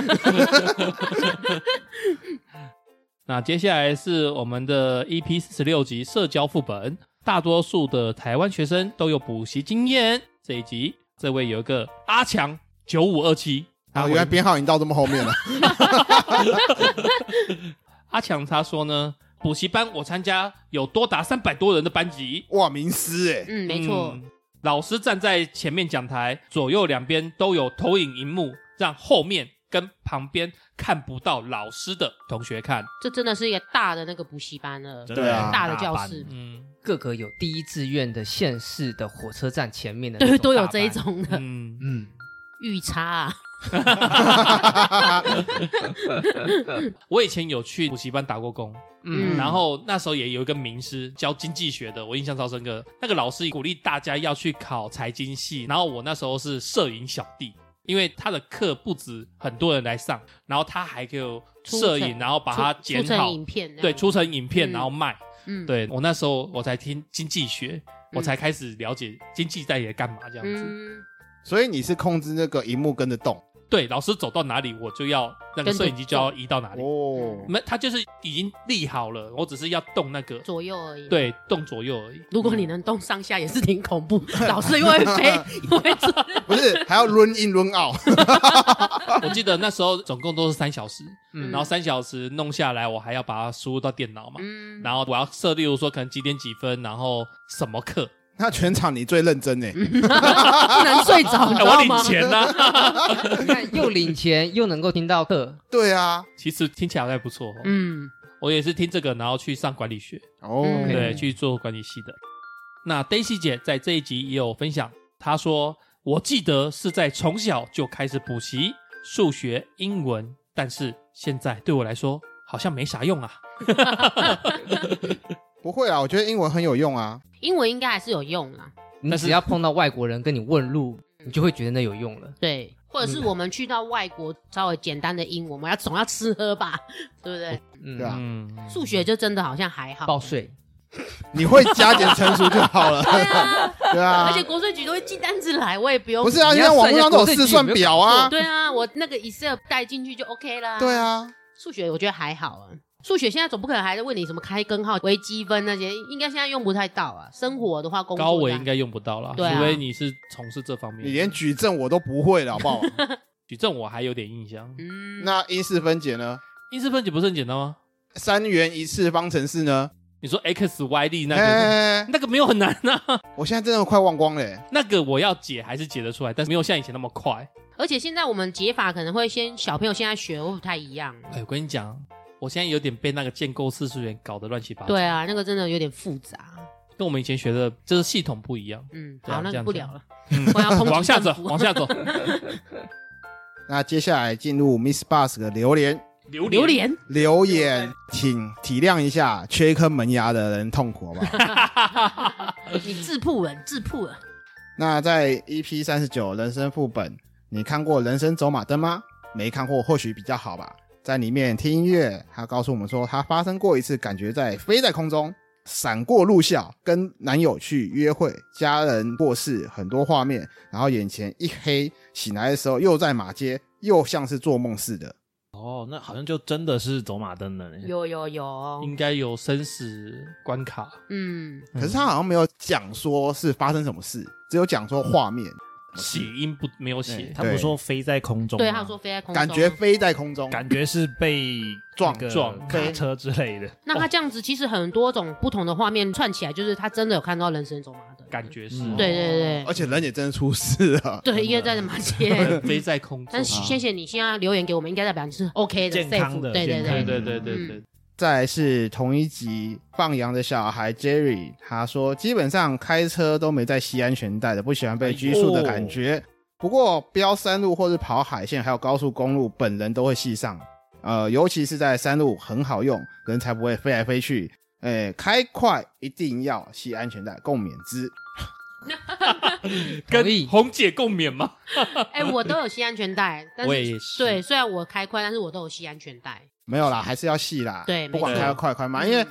S2: 那接下来是我们的 EP 四十六集社交副本，大多数的台湾学生都有补习经验。这一集这位有一个阿强九五二七，
S5: 啊，原来编号已经到这么后面了。
S2: 阿强他说呢，补习班我参加有多达三百多人的班级，
S5: 哇，名师哎，
S1: 嗯，没错，
S2: 嗯老师站在前面讲台，左右两边都有投影荧幕，让后面跟旁边看不到老师的同学看。
S1: 这真的是一个大的那个补习班了。
S3: 真
S5: 对啊
S1: 大的
S3: 班
S1: 教室
S2: 嗯
S4: 各个有第一志愿的县市的火车站前面的，
S1: 对，都有这一。种的
S2: 嗯，
S4: 嗯，
S1: 预差、啊。
S2: 我以前有去补习班打过工，
S1: 嗯，
S2: 然后那时候也有一个名师教经济学的，我印象超深刻。那个老师鼓励大家要去考财经系，然后我那时候是摄影小弟，因为他的课不止很多人来上，然后他还给我摄
S1: 出
S2: 影，
S1: 成
S2: 然后把它
S1: 出
S2: 剪
S1: 出成
S2: 好，
S1: 影片，
S2: 对，，出成影片
S1: 嗯
S2: 然后卖。
S1: 嗯，
S2: 对我那时候我才听经济学，我
S1: 嗯
S2: 才开始了解经济在也干嘛这样子。
S1: 嗯，
S5: 所以你是控制那个荧幕跟着动
S2: 对，老师走到哪里，我就要那个
S1: 跟着
S2: 摄影机就要移到哪里。
S5: 哦。
S2: 没，他就是已经立好了，我只是要动那个，
S1: 左右而已。，
S2: 对，动左右而已。
S1: 如果你能动上下，也是挺恐怖。老师又会 飞，又会转，
S5: 不是，还要 run in run out，
S2: 我记得那时候总共都是三小时，
S4: 嗯
S2: 然后三小时弄下来，我还要把它输入到电脑嘛，
S1: 嗯，
S2: 然后我要设，例如说可能几点几分，然后什么课，
S5: 那全场你最认真欸呢。
S1: 嗯 不能睡着，你
S2: 哎
S1: 知
S2: 我
S1: 道
S2: 领
S1: 吗？
S2: 钱呐、
S1: 嗯
S4: 你看又领钱又能够听到课，
S5: 对啊，
S2: 其实听起来还不错、哦，
S1: 嗯，
S2: 我也是听这个，然后去上管理学，
S5: 哦，
S1: 嗯
S2: 对，去做管理系的。那 Daisy 姐在这一集也有分享，她说：“我记得是在从小就开始补习数学、英文，但是现在对我来说好像没啥用啊。
S5: 不会啊，我觉得英文很有用啊。
S1: 英文应该还是有用啦。
S4: 你
S2: 但是
S4: 只要碰到外国人跟你问路，你就会觉得那有用了。
S1: 对，或
S2: 嗯
S1: 者是我们去到外国，稍微简单的英文，我们要总要吃喝吧，对不对？
S4: 嗯，
S5: 对啊
S2: 嗯，
S1: 数学就真的好像还好，
S4: 报税，
S5: 你会加减乘除就好了，
S1: 对啊，
S5: 对啊
S1: 而。且国税局都会寄单子来，我也不用
S5: 不是啊，
S4: 你
S5: 现
S4: 要
S5: 在网
S4: 算
S5: 络
S4: 一下
S5: 上都
S4: 国
S5: 有
S4: 税局
S5: 试算表啊。
S1: 对啊，我那个 Excel 带进去就 OK 啦。
S5: 对，啊，
S1: 数学我觉得还好啊。数学现在总不可能还在问你什么开根号、微积分那些，应该现在用不太到啊。生活的话，工作
S2: 高维
S1: 的啊
S2: 应该用不到啦，
S1: 对啊
S2: 除非你是从事这方面。
S5: 你连矩阵我都不会了，好不好？
S2: 矩阵我还有点印象，
S1: 嗯，
S5: 那因式分解呢？
S2: 因式分解不是很简单吗？
S5: 三元一次方程式呢？
S2: 你说 x y 力那个、
S5: 哎，
S2: 那个没有很难啊，
S5: 我现在真的快忘光了欸。
S2: 那个我要解还是解得出来，但是没有像以前那么快。
S1: 而且现在我们解法可能会先小朋友现在学会不太一样。
S2: 哎，我跟你讲，我现在有点被那个建构四次元搞得乱七八糟。
S1: 对啊，那个真的有点复杂。
S2: 跟我们以前学的就是系统不一样。
S1: 嗯，
S2: 对啊
S1: 好，那
S2: 这
S1: 个
S2: 样
S1: 不
S2: 子
S1: 聊了，
S2: 嗯
S1: 我要抨击
S2: 往下走
S1: 政，府
S2: 往下走。
S5: 那接下来进入 Miss Bus 的留言，
S2: 榴
S1: 榴莲，
S5: 留言，请体谅一下缺一颗门牙的人痛苦好不好？
S1: 你自曝了，你自曝了。
S5: 那在 EP 三十九人生副本，你看过《人生走马灯》吗？没看过，或许比较好吧。在里面听音乐，他告诉我们说，他发生过一次感觉在飞在空中，闪过入校，跟男友去约会，家人过世，很多画面，然后眼前一黑，醒来的时候又在马街，又像是做梦似的。
S3: 哦，那好像就真的是走马灯了欸呢。
S1: 有有有，
S2: 应该有生死关卡，
S1: 嗯，
S5: 可是他好像没有讲说是发生什么事，只有讲说画面，
S2: 起因不没有写
S5: 对，
S3: 他不是说飞在空
S2: 啊
S3: 中吗，
S1: 对，他说飞在空中，
S5: 感觉飞在空中。
S3: 感觉是被
S5: 撞
S3: 那个
S2: 撞
S3: 卡车之类的。哦
S1: 那他这样子，其实很多种不同的画面串起来，就是他真的有看到人生走马灯，
S2: 感觉是
S3: 嗯
S1: 对对
S5: 而且人也真的出事了，
S1: 对对，因为在马街。
S2: 对，飞在空 中
S1: 但。是谢谢你现在留言给我们，应该代表你是 OK 的，
S3: 健康
S1: safe
S3: 的
S1: 对对
S3: 健康
S2: 对
S1: 对
S3: 的，
S2: 啊对对对
S1: 嗯
S2: 对，
S5: 再来是同一集放羊的小孩 Jerry，他说基本上开车都没在系安全带的，不喜欢被拘束的感觉。不过飙山路或是跑海线，还有高速公路，本人都会系上。呃，尤其是在山路很好用，人才不会飞来飞去。哎，开快一定要系安全带，共勉之。
S4: 同意
S2: 跟红姐共勉吗？
S1: 哎，我都有系安全带，但
S2: 我也
S1: 是
S2: 是
S1: 对，虽然我开快，但是我都有系安全带，
S5: 没有啦，还是要系啦。
S1: 对
S5: 不管
S2: 没错
S5: 开快快慢，因为
S1: 嗯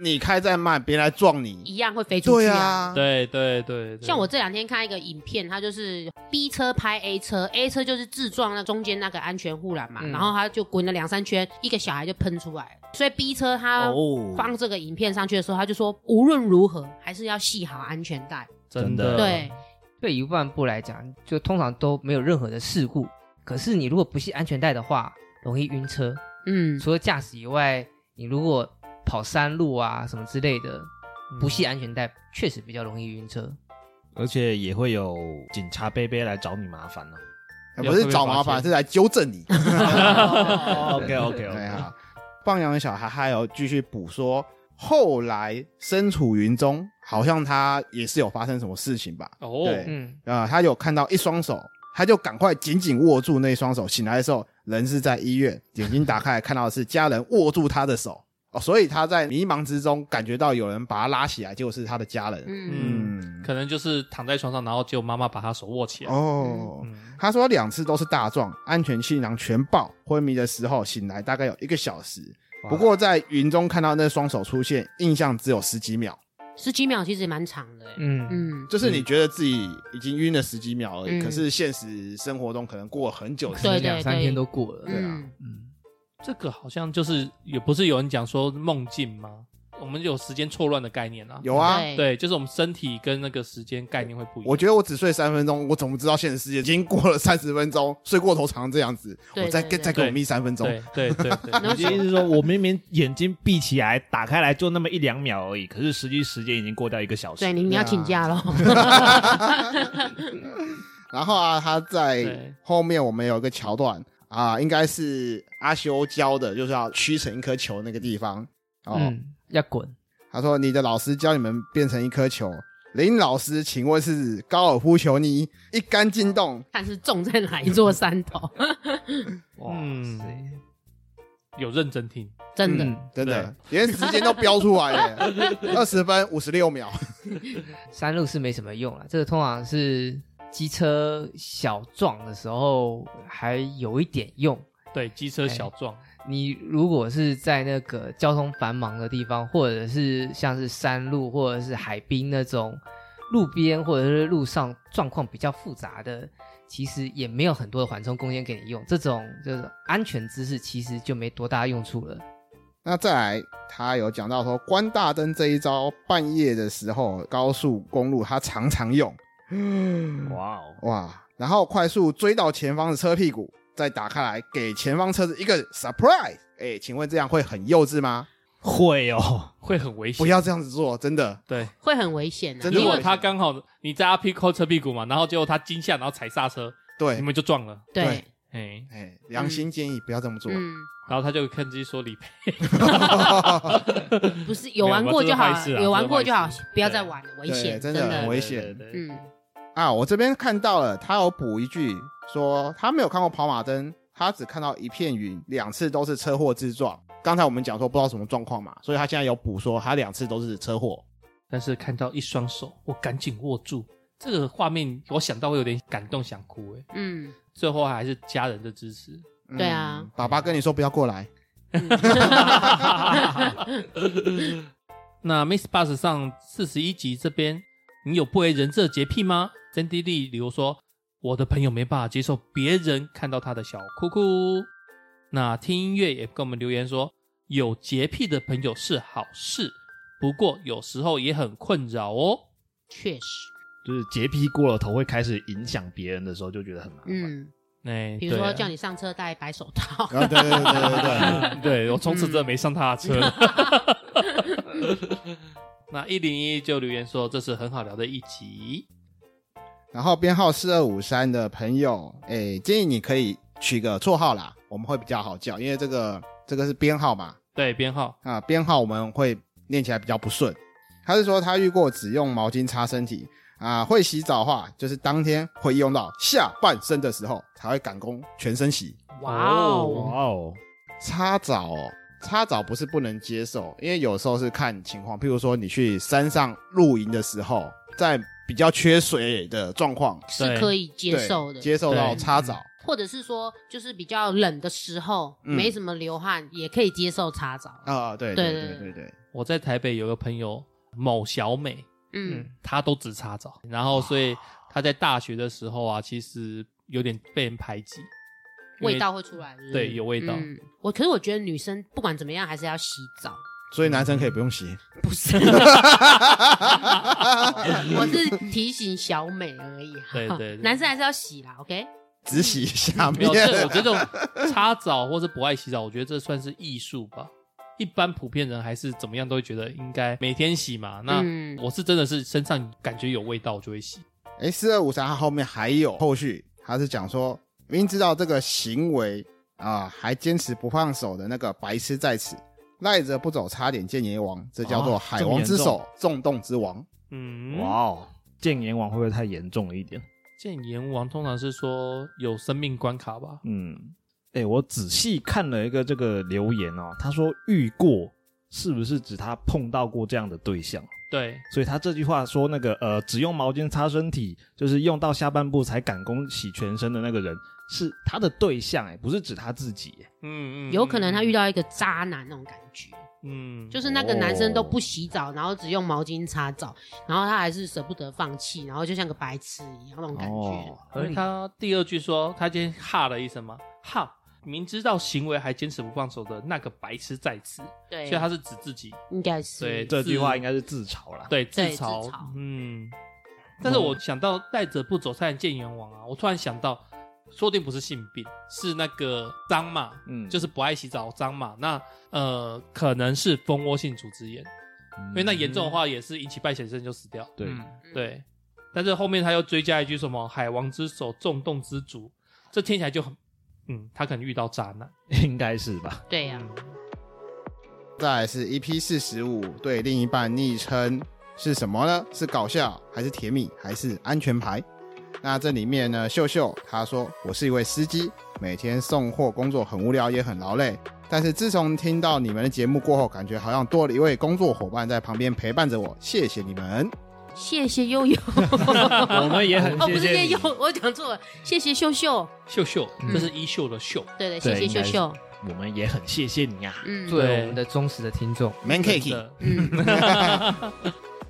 S5: 你开再慢，别人来撞你。
S1: 一样会飞出
S5: 对
S1: 去。
S5: 啊，
S2: 对对对，对
S1: 像我这两天看一个影片，它就是 B 车拍 A 车，A 车就是自撞那中间那个安全护栏嘛，
S4: 嗯
S1: 然后他就滚了两三圈，一个小孩就喷出来了，所以 B 车他
S3: 哦
S1: 放这个影片上去的时候，他就说无论如何还是要系好安全带。
S2: 真
S3: 真
S2: 的
S3: 的
S1: 对，
S4: 对于万步来讲，就通常都没有任何的事故。可是你如果不系安全带的话，容易晕车。
S1: 嗯，
S4: 除了驾驶以外，你如果跑山路啊什么之类的，不系安全带确实比较容易晕车。
S3: 而且也会有警察贝贝来找你麻烦呢、
S5: 呃不是找麻
S2: 有会被发
S5: 烦，
S2: 现
S5: 是来纠正你。
S3: 哦 OK OK
S5: 对啊，放羊的小孩还有继续补说，后来身处云中，好像他也是有发生什么事情吧？
S2: 哦，
S5: 对
S4: 嗯，
S5: 啊，他有看到一双手，他就赶快紧紧握住那一双手。醒来的时候，人是在医院，眼睛打开看到的是家人握住他的手哦，所以他在迷茫之中感觉到有人把他拉起来，结果是他的家人。
S1: 嗯，
S5: 嗯，
S2: 可能就是躺在床上，然后结果妈妈把她手握起来。
S5: 哦。
S2: 嗯，
S5: 他说两次都是大撞，安全气囊全爆，昏迷的时候醒来大概有一个小时。
S3: 哇
S5: 不过在云中看到那双手出现，印象只有十几秒。
S1: 十几秒其实也蛮长的、欸。
S4: 嗯，
S1: 嗯，
S5: 就是你觉得自己已经晕了十几秒而已，
S1: 嗯
S5: 可是现实生活中可能过了很久时
S1: 对对
S5: 间。
S4: 两三天都过了，
S5: 对啊
S1: 嗯，
S4: 嗯，
S2: 这个好像就是也不是有人讲说梦境吗？我们有时间错乱的概念啊，
S5: 有啊，
S1: 对
S2: 对，就是我们身体跟那个时间概念会不一样。
S5: 我觉得我只睡三分钟，我怎么知道现实世界已经过了 三十分钟，睡过头长这样子？
S1: 对
S5: 我再
S1: 对
S5: 跟
S1: 对
S5: 再给我眯三分钟，
S2: 对对对 对，
S1: 然
S3: 你的意思
S1: 后
S3: 是说， 我明明眼睛闭起来，打开来就那么一两秒而已，可是实际时间已经过掉一个小时
S1: 对。你你要请假喽。
S5: 然后啊，他在
S2: 对
S5: 后面我们有一个桥段啊，应该是阿修教的，就是要曲成一颗球那个地方哦。
S4: 嗯，要滚，
S5: 他说：“你的老师教你们变成一颗球，林老师，请问是高尔夫球泥一杆进洞，
S1: 看是种在哪一座山头，
S4: 哇
S2: 嗯
S4: 塞，
S2: 有认真听，
S1: 真的。
S4: 嗯
S5: 真的连时间都标出来了，二十分五十六秒。
S4: 山路是没什么用啊了，这个通常是机车小撞的时候还有一点用。
S2: 对，机车小撞，
S4: 你如果是在那个交通繁忙的地方，或者是像是山路或者是海滨那种路边或者是路上状况比较复杂的，其实也没有很多的缓冲空间给你用。这种就是安全知识，其实就没多大用处了。
S5: 那再来，他有讲到说关大灯这一招，半夜的时候高速公路他常常用，
S3: 哇哦，
S5: 哇，然后快速追到前方的车屁股，再打开来给前方车子一个 surprise。哎，请问这样会很幼稚吗？
S3: 会哦，
S2: 会很危险。
S5: 不要这样子做，真的。
S2: 对，
S1: 会很危险的、
S5: 真的
S2: 如
S1: 因
S2: 果
S1: 为
S2: 他刚好你在他屁股车屁股嘛，然后结果他惊吓，然后踩刹车，
S5: 对
S2: 你，们就撞了。
S1: 对，
S2: 哎，
S5: 哎，良心建议不要这么做。
S1: 嗯，
S2: 然后他就趁机说理赔。
S1: 不是有玩过就好
S2: 没有这是坏事，啊
S1: 有玩过就好
S2: 这是坏事，
S1: 不要再玩了，危险，
S5: 对真的
S1: 的
S5: 很危险
S2: 对，对对
S1: 嗯，
S5: 啊，我这边看到了，他有补一句说他没有看过跑马灯，他只看到一片云，两次都是车祸自撞。刚才我们讲说不知道什么状况嘛，所以他现在有补说他两次都是车祸。
S2: 但是看到一双手，我赶紧握住这个画面，我想到会有点感动，想哭。哎，
S1: 嗯，
S2: 最后还是家人的支持。
S5: 嗯
S1: 对啊，
S5: 爸爸跟你说不要过来，
S1: 嗯
S2: 那 Miss Bus 上四十一集这边，你有不为人知的洁癖吗？Sandy Lee 理由说，我的朋友没办法接受别人看到他的小哭哭。那听音乐也跟我们留言说，有洁癖的朋友是好事，不过有时候也很困扰哦。
S1: 确实，
S3: 就是洁癖过了头会开始影响别人的时候，就觉得很麻烦。
S1: 嗯，
S2: 哎、
S1: 比如说
S2: 对啊
S1: 叫你上车戴白手套，
S5: 啊，对对对对对对，
S2: 对 我从此真的没上他的车。 那一零一就留言说这是很好聊的一集，
S5: 然后编号四二五三的朋友，哎，建议你可以取个绰号啦，我们会比较好叫，因为这个这个是编号嘛，
S2: 对编号，
S5: 啊，编号我们会念起来比较不顺。他是说他遇过只用毛巾擦身体啊，会洗澡的话，就是当天会用到下半身的时候才会赶工全身洗。
S1: 哇哦，
S3: 哇哦，
S5: 擦澡哦，擦澡不是不能接受，因为有时候是看情况，譬如说你去山上露营的时候，在比较缺水的状况，
S1: 是可以接
S5: 对
S1: 受的，
S5: 接受到
S2: 对
S5: 擦澡。
S1: 或者是说就是比较冷的时候，
S5: 嗯
S1: 没什么流汗，也可以接受擦澡，嗯
S5: 啊，对
S1: 对
S5: 对
S1: 对
S5: 对对对，
S2: 我在台北有个朋友某小美，
S1: 嗯，
S2: 她都只擦澡，然后所以她在大学的时候啊，其实有点被人排挤，因为
S1: 味道会出来，是不是
S2: 对有味道，
S1: 嗯我可是我觉得女生不管怎么样还是要洗澡，
S5: 所以男生可以不用洗。
S1: 不 是，我是提醒小美而已哈。
S2: 对对对
S1: 男生还是要洗啦，OK？
S5: 只洗下
S2: 没
S5: 面
S2: 有， 这我觉得这种擦澡或是不爱洗澡，我觉得这算是艺术吧。一般普遍人还是怎么样都会觉得应该每天洗嘛。那
S1: 嗯
S2: 我是真的是身上感觉有味道，我就会洗。
S5: 哎，四二五三，它后面还有后续，他是讲说，明知道这个行为啊，还坚持不放手的那个白痴在此，赖着不走，差点见阎王，这叫做
S3: 啊
S5: 海
S3: 这么
S5: 王
S3: 严
S5: 之
S3: 重
S5: 手，纵动之王。
S2: 嗯，
S3: 哇哦，谏言王会不会太严重了一点？
S2: 见阎王通常是说有生命关卡吧？
S3: 嗯，哎、我仔细看了一个这个留言哦，他说遇过是不是指他碰到过这样的对象？
S2: 对，
S3: 所以他这句话说那个呃，只用毛巾擦身体，就是用到下半部才赶工洗全身的那个人，是欸他的对象哎、不是指他自己、哎
S2: 嗯嗯，
S1: 有可能他遇
S2: 到
S1: 到一个渣男那种感觉，
S2: 嗯，
S1: 就是那个男生都不洗澡，然后只用毛巾擦澡，然后他还是舍不得放弃，然后就像个白痴一样那种感觉。
S5: 哦
S2: 而他第二句说，他今天哈了一声嘛，哈，明知道行为还坚持不放手的那个白痴在此，
S1: 对，
S2: 所以他是指自己，
S1: 应该是
S2: 对
S3: 这句话应该是自嘲啦。
S2: 对，自
S1: 对
S2: 嘲，
S1: 自嘲
S2: 嗯。但是我想到带着不走菜见阎王啊，我突然想到，说不定不是性病，是那个脏嘛，
S3: 嗯
S2: 就是不爱洗澡脏嘛。那呃，可能是蜂窝性组织炎，因为那严
S1: 嗯
S2: 重的话也是引起败血症就死掉。
S3: 对
S4: 嗯
S2: 对，但是后面他又追加一句什么“海王之手，重动之主”，这听起来就很，嗯，他可能遇到渣男。
S3: 嗯应该是 吧？
S1: 对啊呀、
S5: 再来是 EP 四十五，对另一半昵称是什么呢？是搞笑，还是甜蜜，还是安全牌？那这里面呢，秀秀她说：“我是一位司机，每天送货工作很无聊，也很劳累。但是自从听到你们的节目过后，感觉好像多了一位工作伙伴在旁边陪伴着我，谢谢你们。
S2: 嗯
S1: 谢谢悠悠，
S3: 我们也很
S1: 哦，不
S3: 谢
S1: 是
S3: 谢
S1: 谢
S3: 你
S1: 悠，，我讲错了，谢谢秀秀，
S2: 秀秀，
S4: 嗯
S2: 这是衣袖的袖。
S1: 对对，
S3: 对
S1: 谢谢秀秀，
S3: 我们也很谢谢你啊呀。
S1: 嗯，
S4: 作为
S2: 对
S4: 我们的忠实的听众，
S5: ”Man
S2: 真
S5: Cake，
S2: 的
S1: 嗯，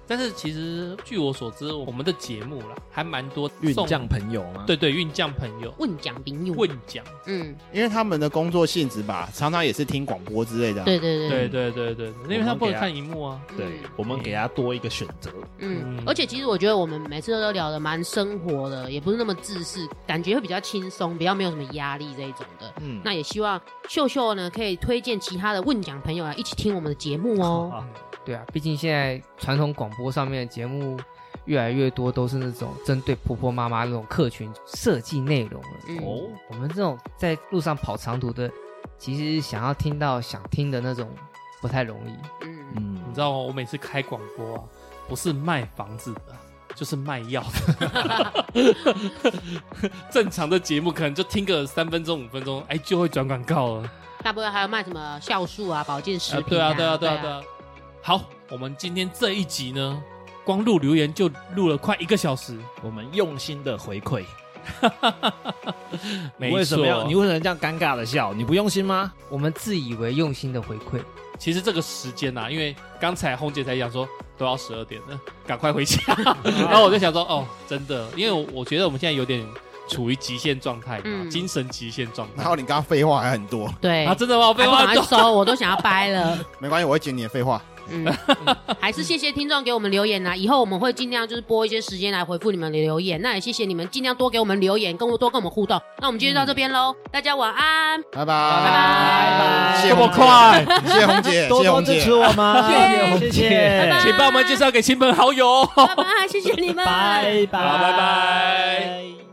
S2: 但是其实据我所知，我们的节目啦，还蛮多
S3: 运
S2: 送
S3: 将朋友啊吗？，
S2: 对对运将朋友
S1: 问讲评用，
S2: 问奖，
S1: 嗯，
S5: 因为他们的工作性质吧，常常也是听广播之类的啊、
S1: 对对
S2: 对对对对，因为他不能看荧幕啊。
S3: 对，我们给他多一个选择。
S1: 嗯
S2: 嗯，
S1: 而且其实我觉得我们每次都聊得蛮生活的，也不是那么自私，感觉会比较轻松，比较没有什么压力这一种的。
S3: 嗯，
S1: 那也希望秀秀呢可以推荐其他的问奖朋友来啊一起听我们的节目 哦。
S3: 啊，
S4: 对啊，毕竟现在传统广播上面的节目越来越多都是那种针对婆婆妈妈那种客群设计内容了。
S1: 嗯
S3: 哦，
S4: 我们这种在路上跑长途的，其实想要听到想听的那种不太容易。
S1: 嗯，
S3: 嗯，
S2: 你知道吗？我每次开广播啊，不是卖房子的，就是卖药的。 正常的节目可能就听个三分钟、五分钟，哎，就会转广告了。
S1: 大部分还有卖什么酵素啊、保健食
S2: 啊，
S1: 品
S2: 对啊，对啊，对
S1: 对
S2: 啊，对。啊。好，我们今天这一集呢，光录留言就录了快一个小时。
S3: 我们用心的回馈。
S2: 没
S3: 你为什么要？
S2: 错
S3: 你为什么这样尴尬的笑？你不用心吗？
S4: 我们自以为用心的回馈，
S2: 其实这个时间呐、因为刚才红姐才讲说都要十二点了，赶快回家。 然后我就想说，哦，真的，因为我我觉得我们现在有点处于极限状态，
S1: 嗯
S2: 精神极限状
S5: 然
S2: 态。
S5: 后你刚刚废话还很多，
S1: 对，
S2: 啊，真的吗？我被
S1: 还不
S2: 挖
S1: 赶快
S2: 到。
S1: 收，哎哦我都想要掰 了。
S5: 没关系，我会剪你的废话。
S1: 嗯，还是谢谢听众给我们留言啊！以后我们会尽量就是拨一些时间来回复你们的留言。那也谢谢你们尽量多给我们留言，跟我多跟我们互动。那我们今天就到这边喽，大家晚安，
S5: 拜拜，
S1: 拜
S5: 谢谢
S2: 这么
S5: 红姐，
S2: 快，
S5: 谢谢红姐，
S3: 多
S5: 谢谢
S3: 多
S5: 红
S3: 支
S5: 姐
S3: 持。我们，
S1: 谢
S3: 谢
S1: 拜拜
S3: 谢，
S2: 请帮我们介绍给亲朋好友哦。
S1: 拜拜，谢谢你们，
S3: 拜拜，
S2: 好拜拜。